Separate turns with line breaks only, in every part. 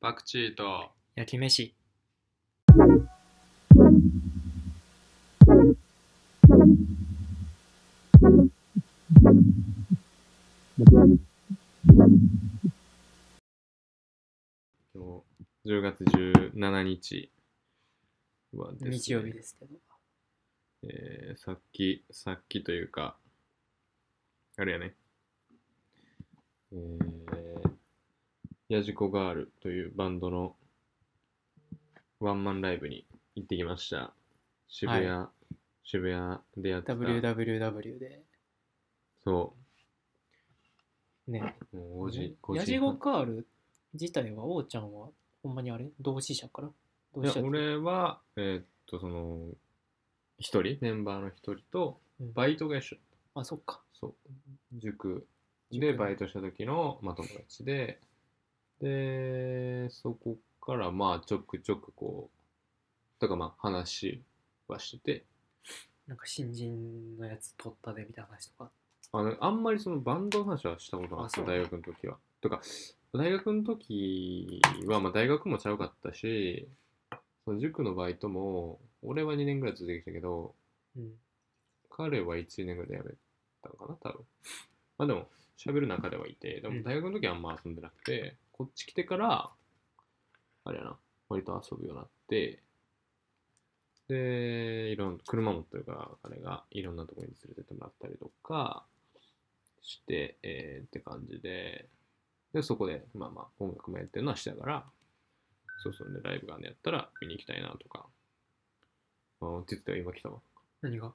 パクチーと
焼き飯
今日10月17日はですね
日曜日ですけど
えーさっき、さっきというか、あれやね。えー、ヤジコガールというバンドのワンマンライブに行ってきました。渋谷、渋谷でやってた。
WWW で
そ
ね
う。もう5時、5時半。
ヤジゴカール自体は王ちゃんはほんまにあれ同志社から同
い
志
や
社って
俺は、えーっと、その、一人、メンバーの一人と、
うん
バイトが一緒。
あそっか
そう塾
塾
で
ね
バイトした時の、まあ、友達ででそこからまあちょくちょくこうとかまあ話はしてて
なんか新人のやつ取ったでみたいな話とか
あのあんまりそのバンドの話はしたことなかっ
あそ
た
う
大学の時はとか大学の時は、まあ、大学もちゃうかったしその塾のバイトも俺は2年ぐらい続いてきたけど
うん
彼は1年ぐらいで辞めたのかな多分まあでも喋る中ではいてで
う
も
ん
大学の時はあんま遊んでなくて、こっち来てからあれやな割と遊ぶようになってでいろんな車持ってるから彼がいろんなところに連れてってもらったりとかして、えーって感じででそこでまあまあ音楽もやってるのはしてたからそうそうでライブがねやったら見に行きたいなとかあって言ってたよ今来たわ
何が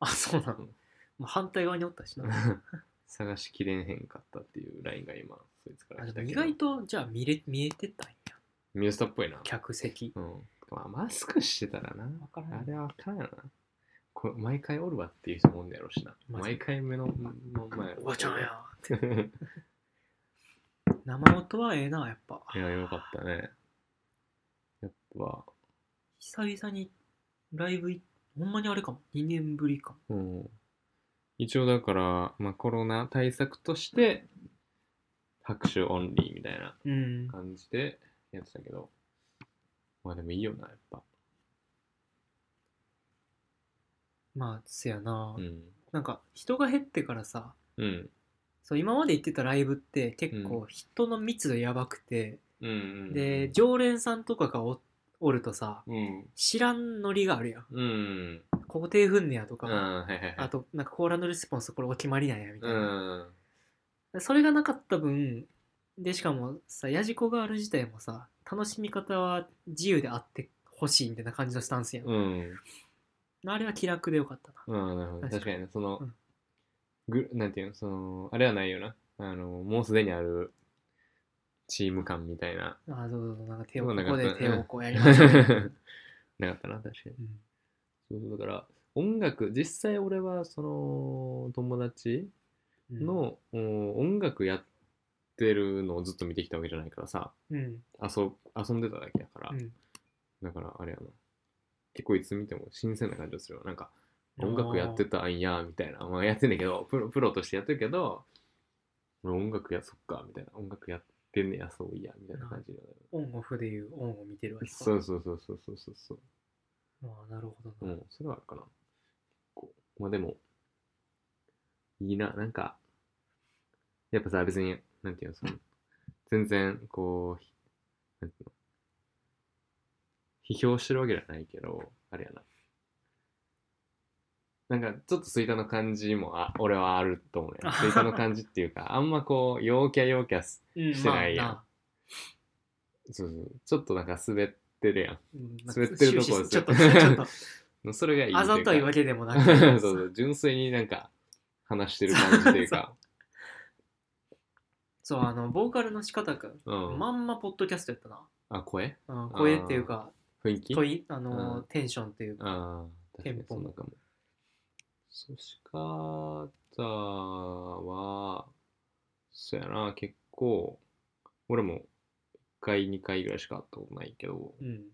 あそうなの
うん
もう反対側におっ たしな
探しきれへんかったっていうラインが今そいつから来
あで
た
も
け
意
ど
外とじゃあ見れ見えてたんや
ミュースターっぽいな
客席
うんまあマスクしてたらな
わから
あ
ん
れはあかんやなこれ毎回おるわっていう人もおんねやろしな
まあ
毎回目のの前
おばちゃんや
い
生音はええなやっぱ
やよかったねやっぱ
久々にライブいほんまにあれかも2年ぶりかも
うん一応だから、まあ、コロナ対策として拍手オンリーみたいな
うん
感じでやってたけどまあでもいいよなやっぱ
まあせやな、
うん
なんか人が減ってからさ
うん
そう今まで行ってたライブって結構人の密度やばくて、
うんうん
で常連さんとかがおおるとさ
うん。
知らんノリがあるやん
うん。
ここ手踏んねやと
う
か、
ん。はいはいはい。
あとなんかコーラのレスポンスこれお決まりなんやみた
う
いな、
ん。
それがなかった分でしかもさやじこがある自体もさ楽しみ方は自由であってほしいみたいな感じのスタンスやん、
うん。
あれは気楽でよかったな
うん。なるほど。確
確
か
か
にね、その
うん、
ぐ、なんていうの、その、あれはないよな。あの、もうすでにあるチーム感みたいな。
あそうそうそうなんか手を
そ
こ
うなんか
こで
うん
手をこうやり
な
ましょう、
か ったな、確かに。
うん
そうそうだから、音楽、実際俺は、その、友達
うん
の、うん音楽やってるのをずっと見てきたわけじゃないからさ、
うん
遊遊んでただけだから
う。ん
だからあれやな。結構いつ見ても新鮮な感じがするよ。なんか音楽やってたんや、みたいな。まあやってんだけど、プロプロとしてやってるけど、俺音楽や、そっか、みたいな。音楽やってんねや、そういや、みたいな感じになる。
オンオフでいうオンを見てるわけか
そうそうそうそうそうそうそう。
ああなるほど
う
な、
ん、それはあるかな。こうまあでも、いいな、なんか、やっぱさ、別に、なんていうの、その、全然、こうひ、なんていうの、批評してるわけじゃないけど、あれやな。なんか、ちょっとスイタの感じも、あ、俺はあると思う ね。スイタの感じっていうか、あんまこう、陽キャ陽キャす、
うん
してないやん
まあな
そうそうちょっとなんか滑ってるやん。
うんまあ
滑ってるとこ
終
です
始ちょ
よ
っとち ょっと
それがいいって
あ
う
ざ
か
といわけでもな
そう
く
そう純粋になんか話してる感じというか、
そうあのボーカルの仕方が
うん、
まんまポッドキャストやったな、
あ声
うん、声っていうか
雰囲気
問いあの、
うん
テンションっていうか
ああ確かに
テンポ
そんなかもそし方はそうやな結構俺も1回2回ぐらいしか会ったことないけど
うん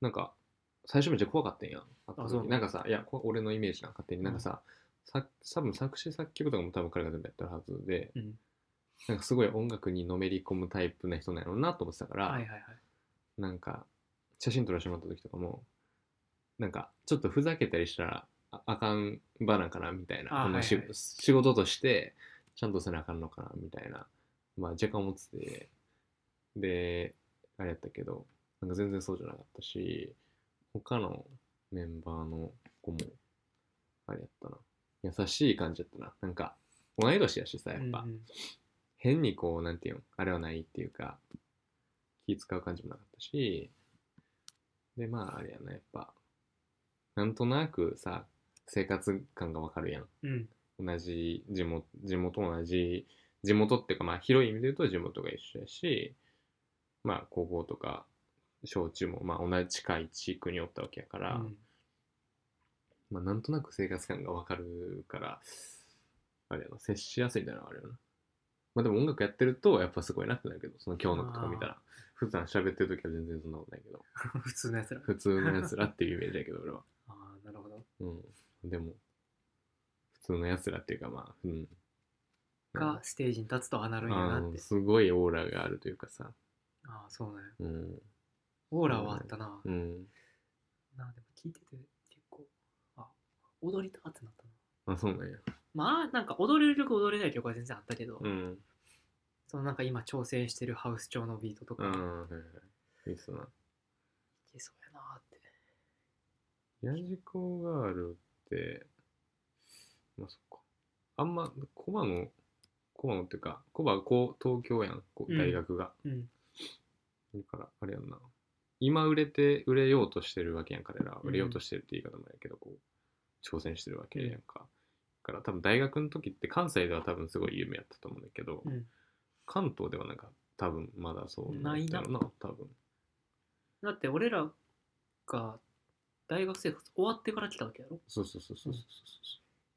なんか最初めっちゃ怖かったんや会った時
あそう
なんかさいやこ俺のイメージな勝手になんかさ、さ多分作詞作曲とかも多分彼が全部やってるはずで、
うん
なんかすごい音楽にのめり込むタイプな人なんやろうなと思ってたから、
はいはいはい。
なんか写真撮らせてもらった時とかもなんかちょっとふざけたりしたらああかん場なんかなみたいな
あ
このし、
はいはい
仕事としてちゃんとせなあかんのかなみたいな、まあ、若干思っててであれやったけどなんか全然そうじゃなかったし他のメンバーの子もあれやったな優しい感じやったななんか同い年やしさやっぱ、
うんうん
変にこうなんていうのあれはないっていうか気使う感じもなかったしでまああれやなやっぱなんとなくさ生活感がわかるやん
うん。
同じ地元地元同じ地元っていうかまあ広い意味で言うと地元が一緒やしまあ高校とか小中もまあ同じ近い地区におったわけやから、
うん
まあなんとなく生活感がわかるからあれやな接しやすいみたいなのはあるよなまあでも音楽やってるとやっぱすごいなってなるけどその今日のとか見たら普段喋ってる時は全然そんなことないけど
普通のやつら。
普通のやつらっていうイメージだけど俺は
ああ、なるほど。
うんでも普通のやつらっていうかまあうん
が、ステージに立つとああなるんや
あ
なっ
の
て。
すごいオーラがあるというかさ、
ああ、そうね。
うん、
オーラはあったな。
うん、
なあ、でも聞いてて結構、あ、踊りたってなったな。
あ、そうなんや。
まあ、なんか踊れる曲、踊れない曲は全然あったけど、
うん、
そのなんか今挑戦してるハウス調のビートと
ああ、
か、い
はいはい。いいっすな。
けそうやなーって。
ヤジコガールって、まあ、そっか。あんま、コバの、コバのっていうか、コバはこう東京やん、こ
う
うん大学が。
うん。
だから、あれやんな。今売れて、売れようとしてるわけやん、彼らは。
うん
売れようとしてるって言い方もやけど、こう、挑戦してるわけやんか。だから、多分大学の時って関西では多分すごい有名やったと思うんだけど、
うん。
関東ではなんか多分まだそう
ないな
だろうな多分
だって俺らが大学生活終わってから来たわけやろ
そうそうそうそうそうそうそう、この辺はあれや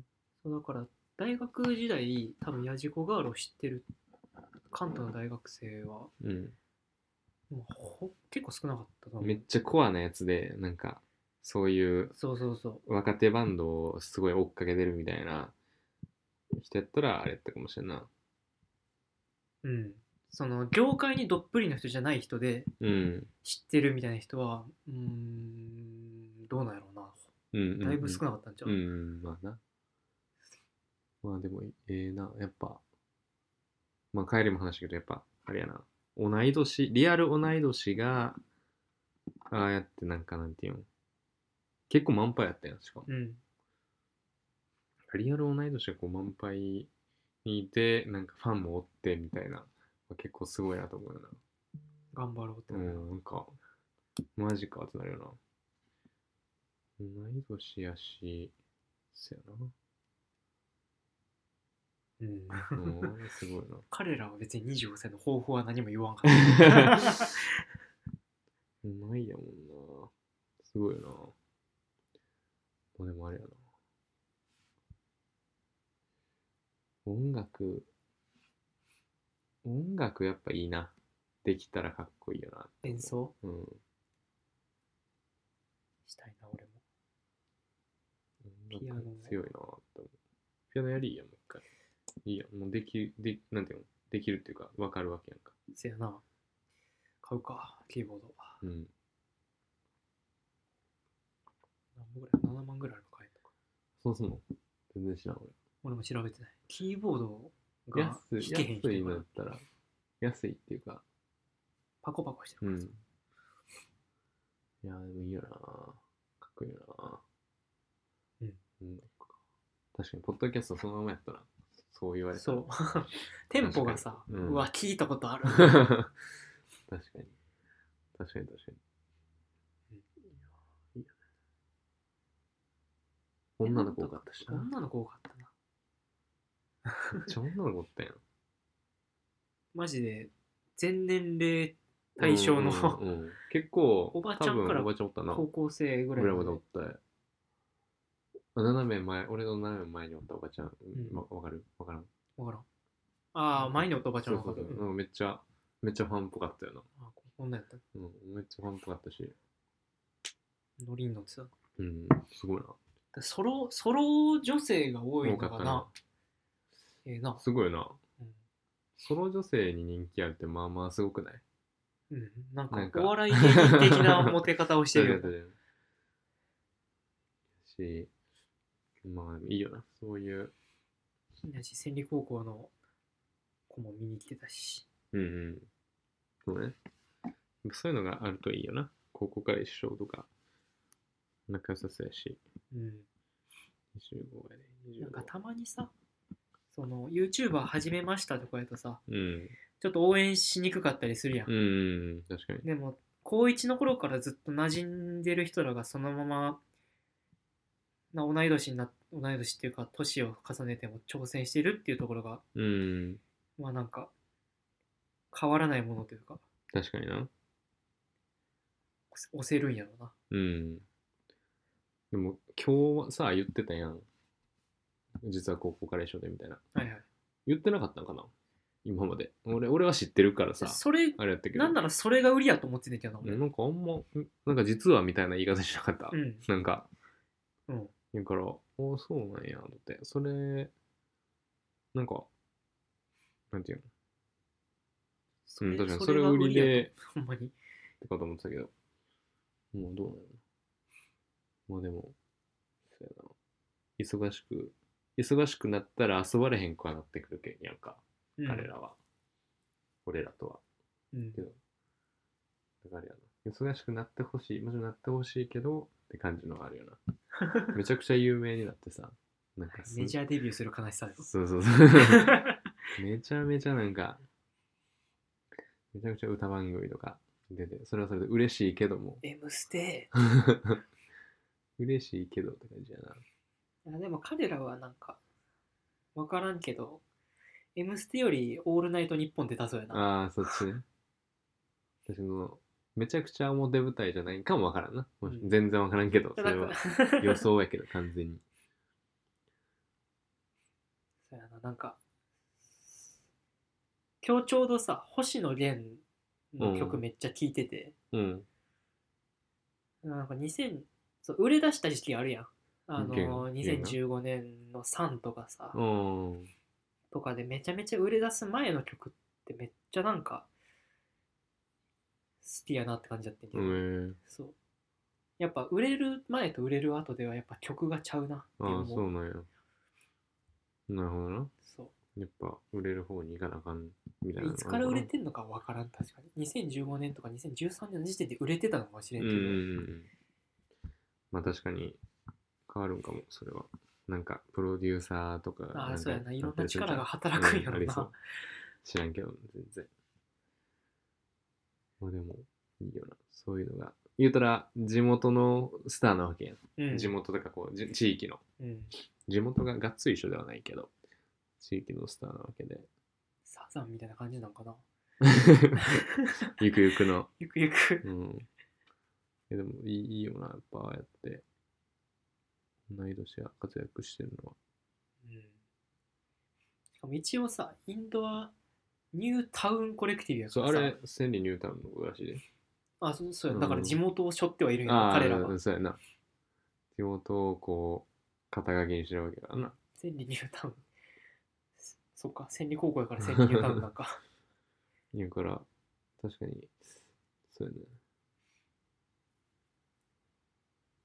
ね
そうだから大学時代多分ヤジコガールを知ってる関東の大学生はもうほ結構少なかったと
うん
思
めっ
う
ちゃコアなやつでなんかそういう
そうそうそ
若手バンドをすごい追っかけてるみたいな人やったらあれやったかもしれんな
ううんその業界にどっぷりの人じゃない人で
うん
知ってるみたいな人はうーんどうなんやろうな
うんうん、うん、
だいぶ少なかったんちゃう、
うんうんまあなまあでもええなやっぱまあ帰りも話したけどやっぱあれやな同い年リアル同い年がああやってなんかなんていうん結構満杯やったやんしかも
うん
リアル同い年がこう満杯にいてなんかファンもおってみたいな、まあ結構すごいなと思うよな
頑張ろうって
う
思う、
ん、なんか、マジかってなるよな。同い年やし、そや
うん
な。うん、 すごいな。
彼らは別に25歳の抱負は何も言わんから、
うまいやもんな。すごいよな。まあでもあれやな。音楽、音楽やっぱいいな。できたらかっこいいよな。
演奏
うん。
したいな俺も
音
ピア
楽
ノ
強いなって思う。ピアノやりいいやん、もう一回。いいやん、もうでき、でなんていうの、できるっていうか、わかるわけやんか。
せやな。買うか、キーボード。
うん。
何本ぐらい ?7 万ぐらいあるの買えるのか。
そうそうも、全然知らん、俺。
俺も調べてない。キーボードが
安
弾けへ
安
ん
い
人
のだ
が
ったら、安いっていうか、
パコパコして
う
る
ん。
か
い
らさ
やー、でもいいよなかっこいいよな
うん。
うん。確かに、ポッドキャストそのままやったら、そう言われた
そ
ら
う。。 テンポがさ、
確かにうん
うわ、聞いたことある。
確かに。確かに確かに。いいよね女の子多かったしな。めっ
女の子多かったな。
ちゃ女の子おったやん。
マジで、全年齢対象 の
うんうんうん結構、
おばちゃん
多分
から
おばちゃんおったな。
高校生ぐらい
ぐらいま
ま
で
で
おったよ。斜め前、俺の斜め前におったおばちゃん。
ん
わ、わかるわからん。
わからん。ああ、前におったおばちゃんの
そ
方
うそ
が
ううんそううんめっちゃ、めっちゃファンっぽかったよな。
あこんなんやった。
うん、めっちゃファンっぽかったし。
ノリに乗ってた。だか
うん、すごいな。
らソロ、ソロ女性が多いの
多か
か
ったな
な。ええな。
すごいよな。
うん
ソロ女性に人気あるってまあまあすごくない
うん、なん
なん
か
か。
お笑い芸人的なモテ方をしてるよ
し、まあいいよな。そういう、
だし、千里高校の子も見に来てたし。
うんうん。そうね。そういうのがあるといいよな。高校から一緒とか、仲良さそうやし、
うん、
25やね。25
なんかたまにさ、その YouTuber 始めましたとかやとさ、
うん。
ちょっと応援しにくかったりするやん。
うんうんうん、確かに。
でも、高一の頃からずっと馴染んでる人らがそのまま、な同い年にな、同い年っていうか、年を重ねても挑戦してるっていうところが、
うん。
まあなんか、変わらないものというか、
確かにな。
押せるんやろうな。
うん。でも今日さ、言ってたやん。実は高校から一緒でみたいな。
はいはい。
言ってなかったんかな今まで。俺俺は知ってるからさ、
それ、
あれやったけど。
なんならそれが売りやと思ってんねんけどな、
う
俺。
んなんかあんま、んなんか実はみたいな言い方しなかった。
うん。
なんか、
うん。
だから、おそうなんや、と思って。それ、なんか、なんていう
そ
の、うん、確かにそ
そ
れ
が
売り
や
で、
と。ほんまに。
ってかと思ってたけど、もうどうなのまあでも、そうやな。忙しく、忙しくなったら遊ばれへんくはなってくるけんやんか、
うん
彼らは。俺らとは。
うん
け。ど、だからあれやな。忙しくなってほしい、もちろんなってほしいけど、って感じのがあるよ な。めちゃくちゃ有名になってさ、なんかす
メジャーデビューする悲しさよ。
そうそうそう。 めちゃめちゃなんか、めちゃくちゃ歌番組とか出て、それはそれで嬉しいけども、
M ステ
嬉しいけどって感じやな。
いやでも彼らはなんか、わからんけど、M ステよりオールナイト日本出たそうやな。
ああー、そっちね。私の、めちゃくちゃ表舞台じゃないかもわからんな。もし
うん
全然わからんけど、そ
だか
れ
ら
は
そう
予想やけど、完全に。
やな、なんか、今日ちょうどさ、星野源の曲めっちゃ聴いてて、
うん。
なんか2000、そう売れ出した時期あるやん。あの、
源
2015年の3とかさ、
うん。
とかでめちゃめちゃ売れ出す前の曲ってめっちゃなんか、好きやなって感じだったんけ
う
ど、
ん。
そう。やっぱ売れる前と売れる後ではやっぱ曲がちゃうなっていう
あ
の
あ、
も
そうなんや。なるほどな。
そう
やっぱ、売れる方に行かなあかん、みたいなのがあるのな。
いつから売れてんのかわからん確かに。2015年とか2013年の時点で売れてたのかもしれん
う
け
ん
ど、
うんうんうん。まあ確かに、変わるんかも、それは。なんか、プロデューサーとかなんか
ああ、そうやな。いろん
った
な
りするじゃ
力が働くんや
うんあ
ろ
り
な。
そう知らんけど、全然。まあでも、いいよな。そういうのが。言うたら、地元のスターなわけやん。
うん
地元とか、こう、じ地域の。
うん
地元ががっつり一緒ではないけど、地域のスターなわけで。
サザンみたいな感じなんかな。
ゆくゆくの。
ゆくゆく。
うん。えでもいい、いいよな、やっぱ、ああやって。同い年が活躍してるのは。
うんしかも一応さ、インドはニュータウンコレクティブやか
そう、
ら
あ
さ。
れ、千里ニュータウンのことらしいで。
あそうそう
う
や。
ん
だから地元を背負ってはいるんや
あ
な、
あ、
彼ら
う
は
ん。そうやな。地元をこう、肩書きにしてるわけだからな。
千里ニュータウン。そ そっか、千里高校やから千里ニュータウンなんか。
言うから、確かに、そうやね。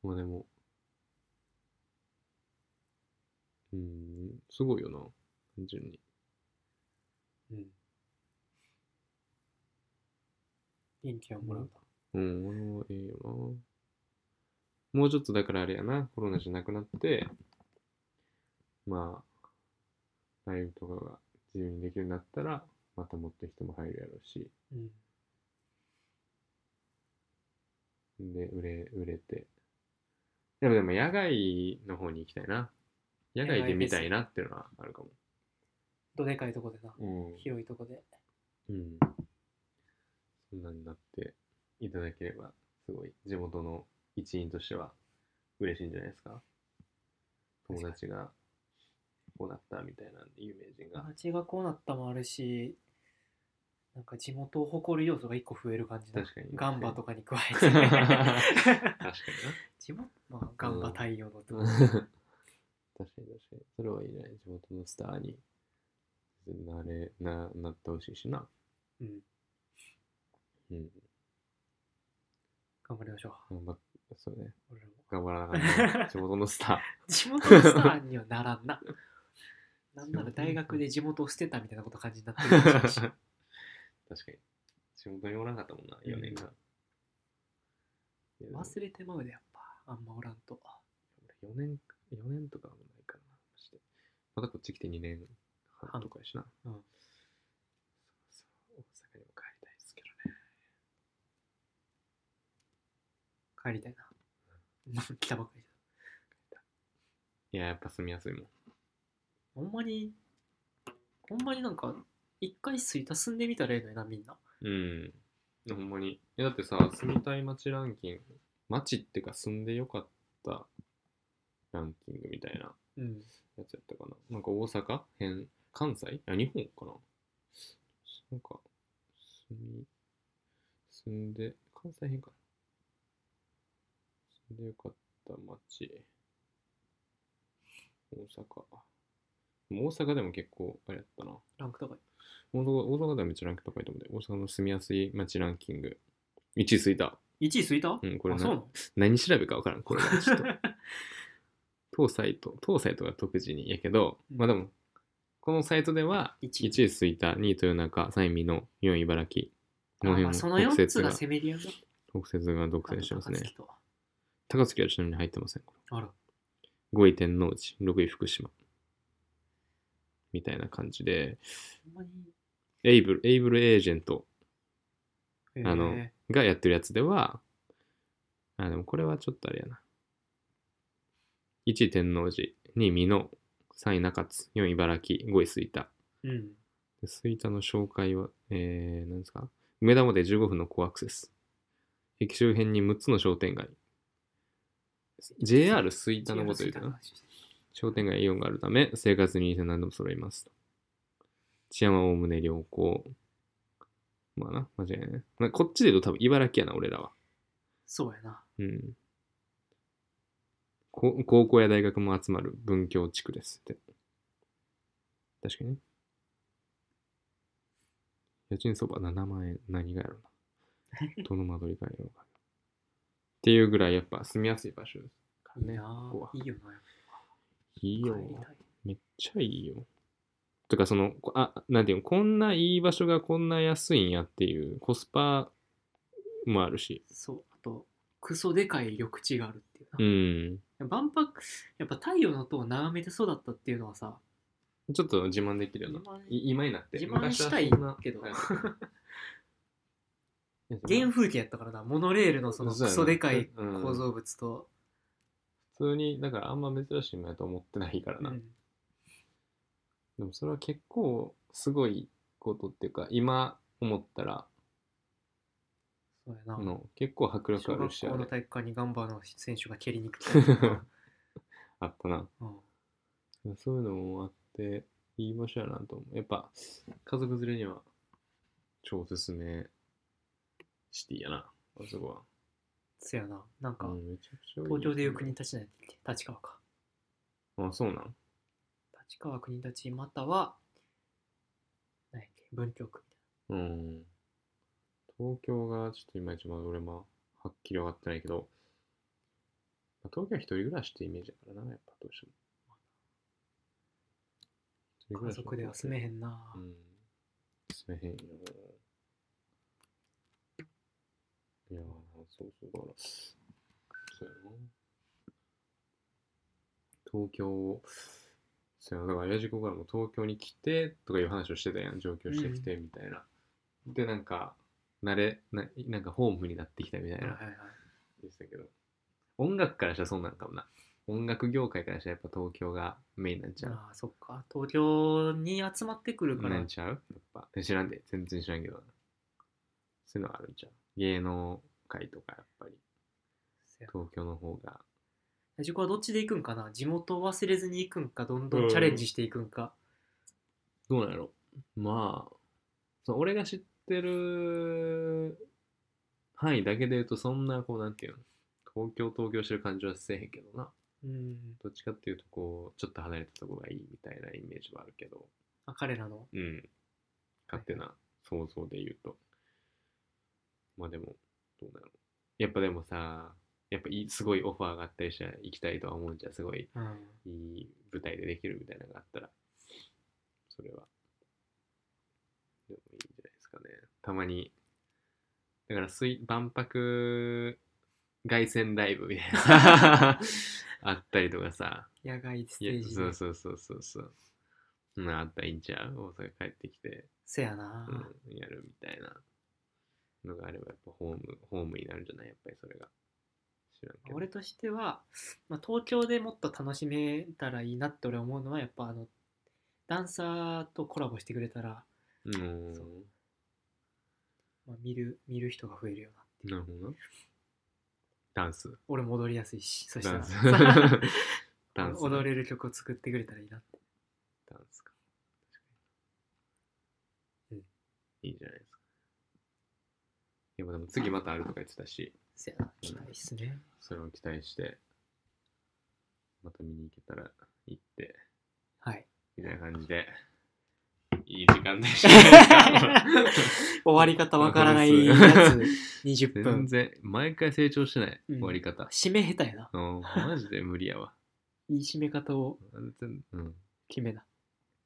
まあでも、うん、すごいよな、単純に。
うん。元気をもらう
うん、俺もええよな。もうちょっとだからあれやな、コロナじゃなくなって、まあ、ライブとかが自由にできるようになったら、またもっと人も入るやろうし、
な。うん。
で、売れ、売れて。でもでも、野外の方に行きたいな。野外で見たいなっていうのはあるかも。
どでかいとこでな。
うん
広いとこで。
うん。そんなになっていただければ、すごい地元の一員としては嬉しいんじゃないですか。友達がこうなったみたいなんで、有名人が。
街がこうなったもあるし、なんか地元を誇る要素が一個増える感じだ。
確かに
ガンバとかに加 え
確か
て。地元、まあ、ガンバ太陽のと
に
こ
な。確かに確かに。それはいいね。地元のスターになれななってほしいしな
うん。
うん
頑張りましょう。
頑張っそうね
俺らも。
頑張らなかった地元のスタ
地元のスターにはならんな。なんなら大学で地元を捨てたみたいなこと感じになってる
ー
かもしれんし
確かに地元におらなかったもんな4年間、いや
忘れてまうで、やっぱ。あんまおらんと。
4年、4年とかもないからな。マジでまたこっち来て2年半とかやしな。
うん
そうそう、大阪にも帰りたいですけどね。
帰りたいな。 来たばっかりだ。
いや、やっぱ住みやすいもん。
ほんまに、ほんまになんか、一回スイタ住んでみたらええのにな、みんな。
うん。ほんまに。えだってさ、住みたい街ランキング、街ってか住んでよかったランキングみたいな
うん。
やつやったかな。なんか大阪編、関西あ、日本かななんか、住み、住んで、関西編かな住んでよかった街。大阪。でも大阪でも結構、あれやったな。
ランク高い。
大阪、大阪ではめっちゃランク高いと思うんで、大阪の住みやすい街ランキング。1位ついた。
1位スイタ
うんこれ
あ、
な
そうなの
何調べかわからん、これは。ちょっ と。当サイト、当サイトが特時にやけど、
うん
まあでも、このサイトでは
1,
1位吹田、2位豊中、3位美濃、4位茨城。この
あまあ
辺
そ
も
の4
北
つ
節
が
が、
攻めりやな。
北節が独占してますね
あと。高槻とは
高槻はちなみに入ってません。
あら、
5位天王寺、6位福島。みたいな感じで、
ほんまに。
エイブル、エイブルエージェント
え
あのがやってるやつでは、あ、でもこれはちょっとあれやな。1位天王寺、2位美濃、3位中津、4位茨城、5位吹田。
うん。
で、スイタの紹介は、えー、なんですか梅田まで15分の好アクセス。駅周辺に6つの商店街。JR スイタのこと言うたな。商店街イオンがあるため、生活にいい何でも揃います。治安はおおむね良好。まあな、間違いないね。まあこっちで言うと多分茨城やな、俺らは。
そうやな。
うん。こ高校や大学も集まる文教地区ですって。確かにね。家賃そば7万円、何がやろうな。どの間取りかやろうか。っていうぐらいやっぱ住みやすい場所ですか
いい
らね。
な
ここはい
いよな。
いいよ。
帰りたい
めっちゃいいよ。とかその、こあ、なんていうの、こんないい場所がこんな安いんやっていうコスパもあるし。
そう、あと、クソでかい緑地があるっていう
う
な。
ん。
万博、やっぱ太陽の塔を眺めて育ったっていうのはさ、
ちょっと自慢できるよ
自
な
慢。
い今になって。
自慢したい
昔はそんな
けど
はい
原風景やったからな、モノレールのその
そう
ク
やな
ソでかい
うん
構造物と、
普通に、だからあんま珍しいもんやと思ってないからな。
うん
でもそれは結構すごいことっていうか、今思ったら、
そうやな。
あの結構迫力
小
ある
学
し、
校
あ
の
れ
体育館にガンバーの選手が蹴りに来てたりと か
あったな。
うん
そういうのもあって、いい場所やなと思う。やっぱ、家族連れには、超おすすめシティやな、あそこは。
そやな。なんか、
うんめちゃくちゃいい
東京でいう国立なんやったっけ立川か。
あ、そうなん
立川国立または、何やっけ、文京区みたい
うん。東京がちょっといまいちまだ俺もはっきり分かってないけど、まあ東京は一人暮らしってイメージだからな、やっぱどうしても。一人
な。
暮
家
らしの
族では住めへんな。
うん。住めへんよ。いやー、そうそうだから。そうやな。東京を、そうやな。だから、やじこからも東京に来てとかいう話をしてたやん。上京してきてみたいな。で、なんか、慣れな、なんかホームになってきたみたい
はい
な
は。いはい。
でしたけど。音楽からしたらそうなんかもな。音楽業界からしたらやっぱ東京がメインなんちゃう。
ああ、そっか。東京に集まってくるか
な
ら
ん、ちゃうやっぱえ知らんで全然知らんけどそういうのあるんちゃう芸能界とかやっぱり
せや
東京の方が
自分はどっちで行くんかな地元を忘れずに行くんか、どんどんチャレンジしていくんか。
どうなんやろまあその俺が知ってる範囲だけで言うとそんなこうなんていうの東京東京してる感じはせえへんけどな
うん。
どっちかっていうとこうちょっと離れたとこがいいみたいなイメージはあるけど
あ彼らの。
うん。勝手な想像で言うと。まあでも、どうなのやっぱでもさ、やっぱいいすごいオファーがあったりしたら行きたいとは思うんじゃん、すごい
うん。
いい舞台でできるみたいなのがあったら、それは、でもいいんじゃないですかね。たまに、だから水、万博凱旋ライブみたい な、あったりとかさ、
野外ス
い
テ
や
ージ
そ
で
う。そうそうそうそう。うん、あったらいいんちゃう大阪帰ってきて、
せやな。
うん、やるみたいなのがあれば、やっぱホーム、ホームになるんじゃないやっぱりそれが。知らんけど。
俺としては、まあ、東京でもっと楽しめたらいいなって俺思うのはやっぱあのダンサーとコラボしてくれたら、
うん
そう。まあ、見る見る人が増えるよなっていう
なるほどな。ダンス。
俺戻りやすいしそした
ダ
ら
ンス
さ。
ダンス。
踊れる曲を作ってくれたらいいなって
ダンスか。
うん
いいんじゃないですか。いやまあでも次またあるとか言ってたし、
せやな期待っすね
それを期待して、また見に行けたら行って、
はい
みたいな感じで、いい時間で した。
終わり方わからないやつ 20
全
分
然、毎回成長してない、
うん
終わり方。
締め下手やな
うん、マジで無理やわ。
いい締め方を
全然うん、
決めな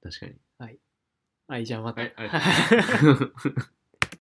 確かに。
はいじゃあまた、
はい、ありがとうございます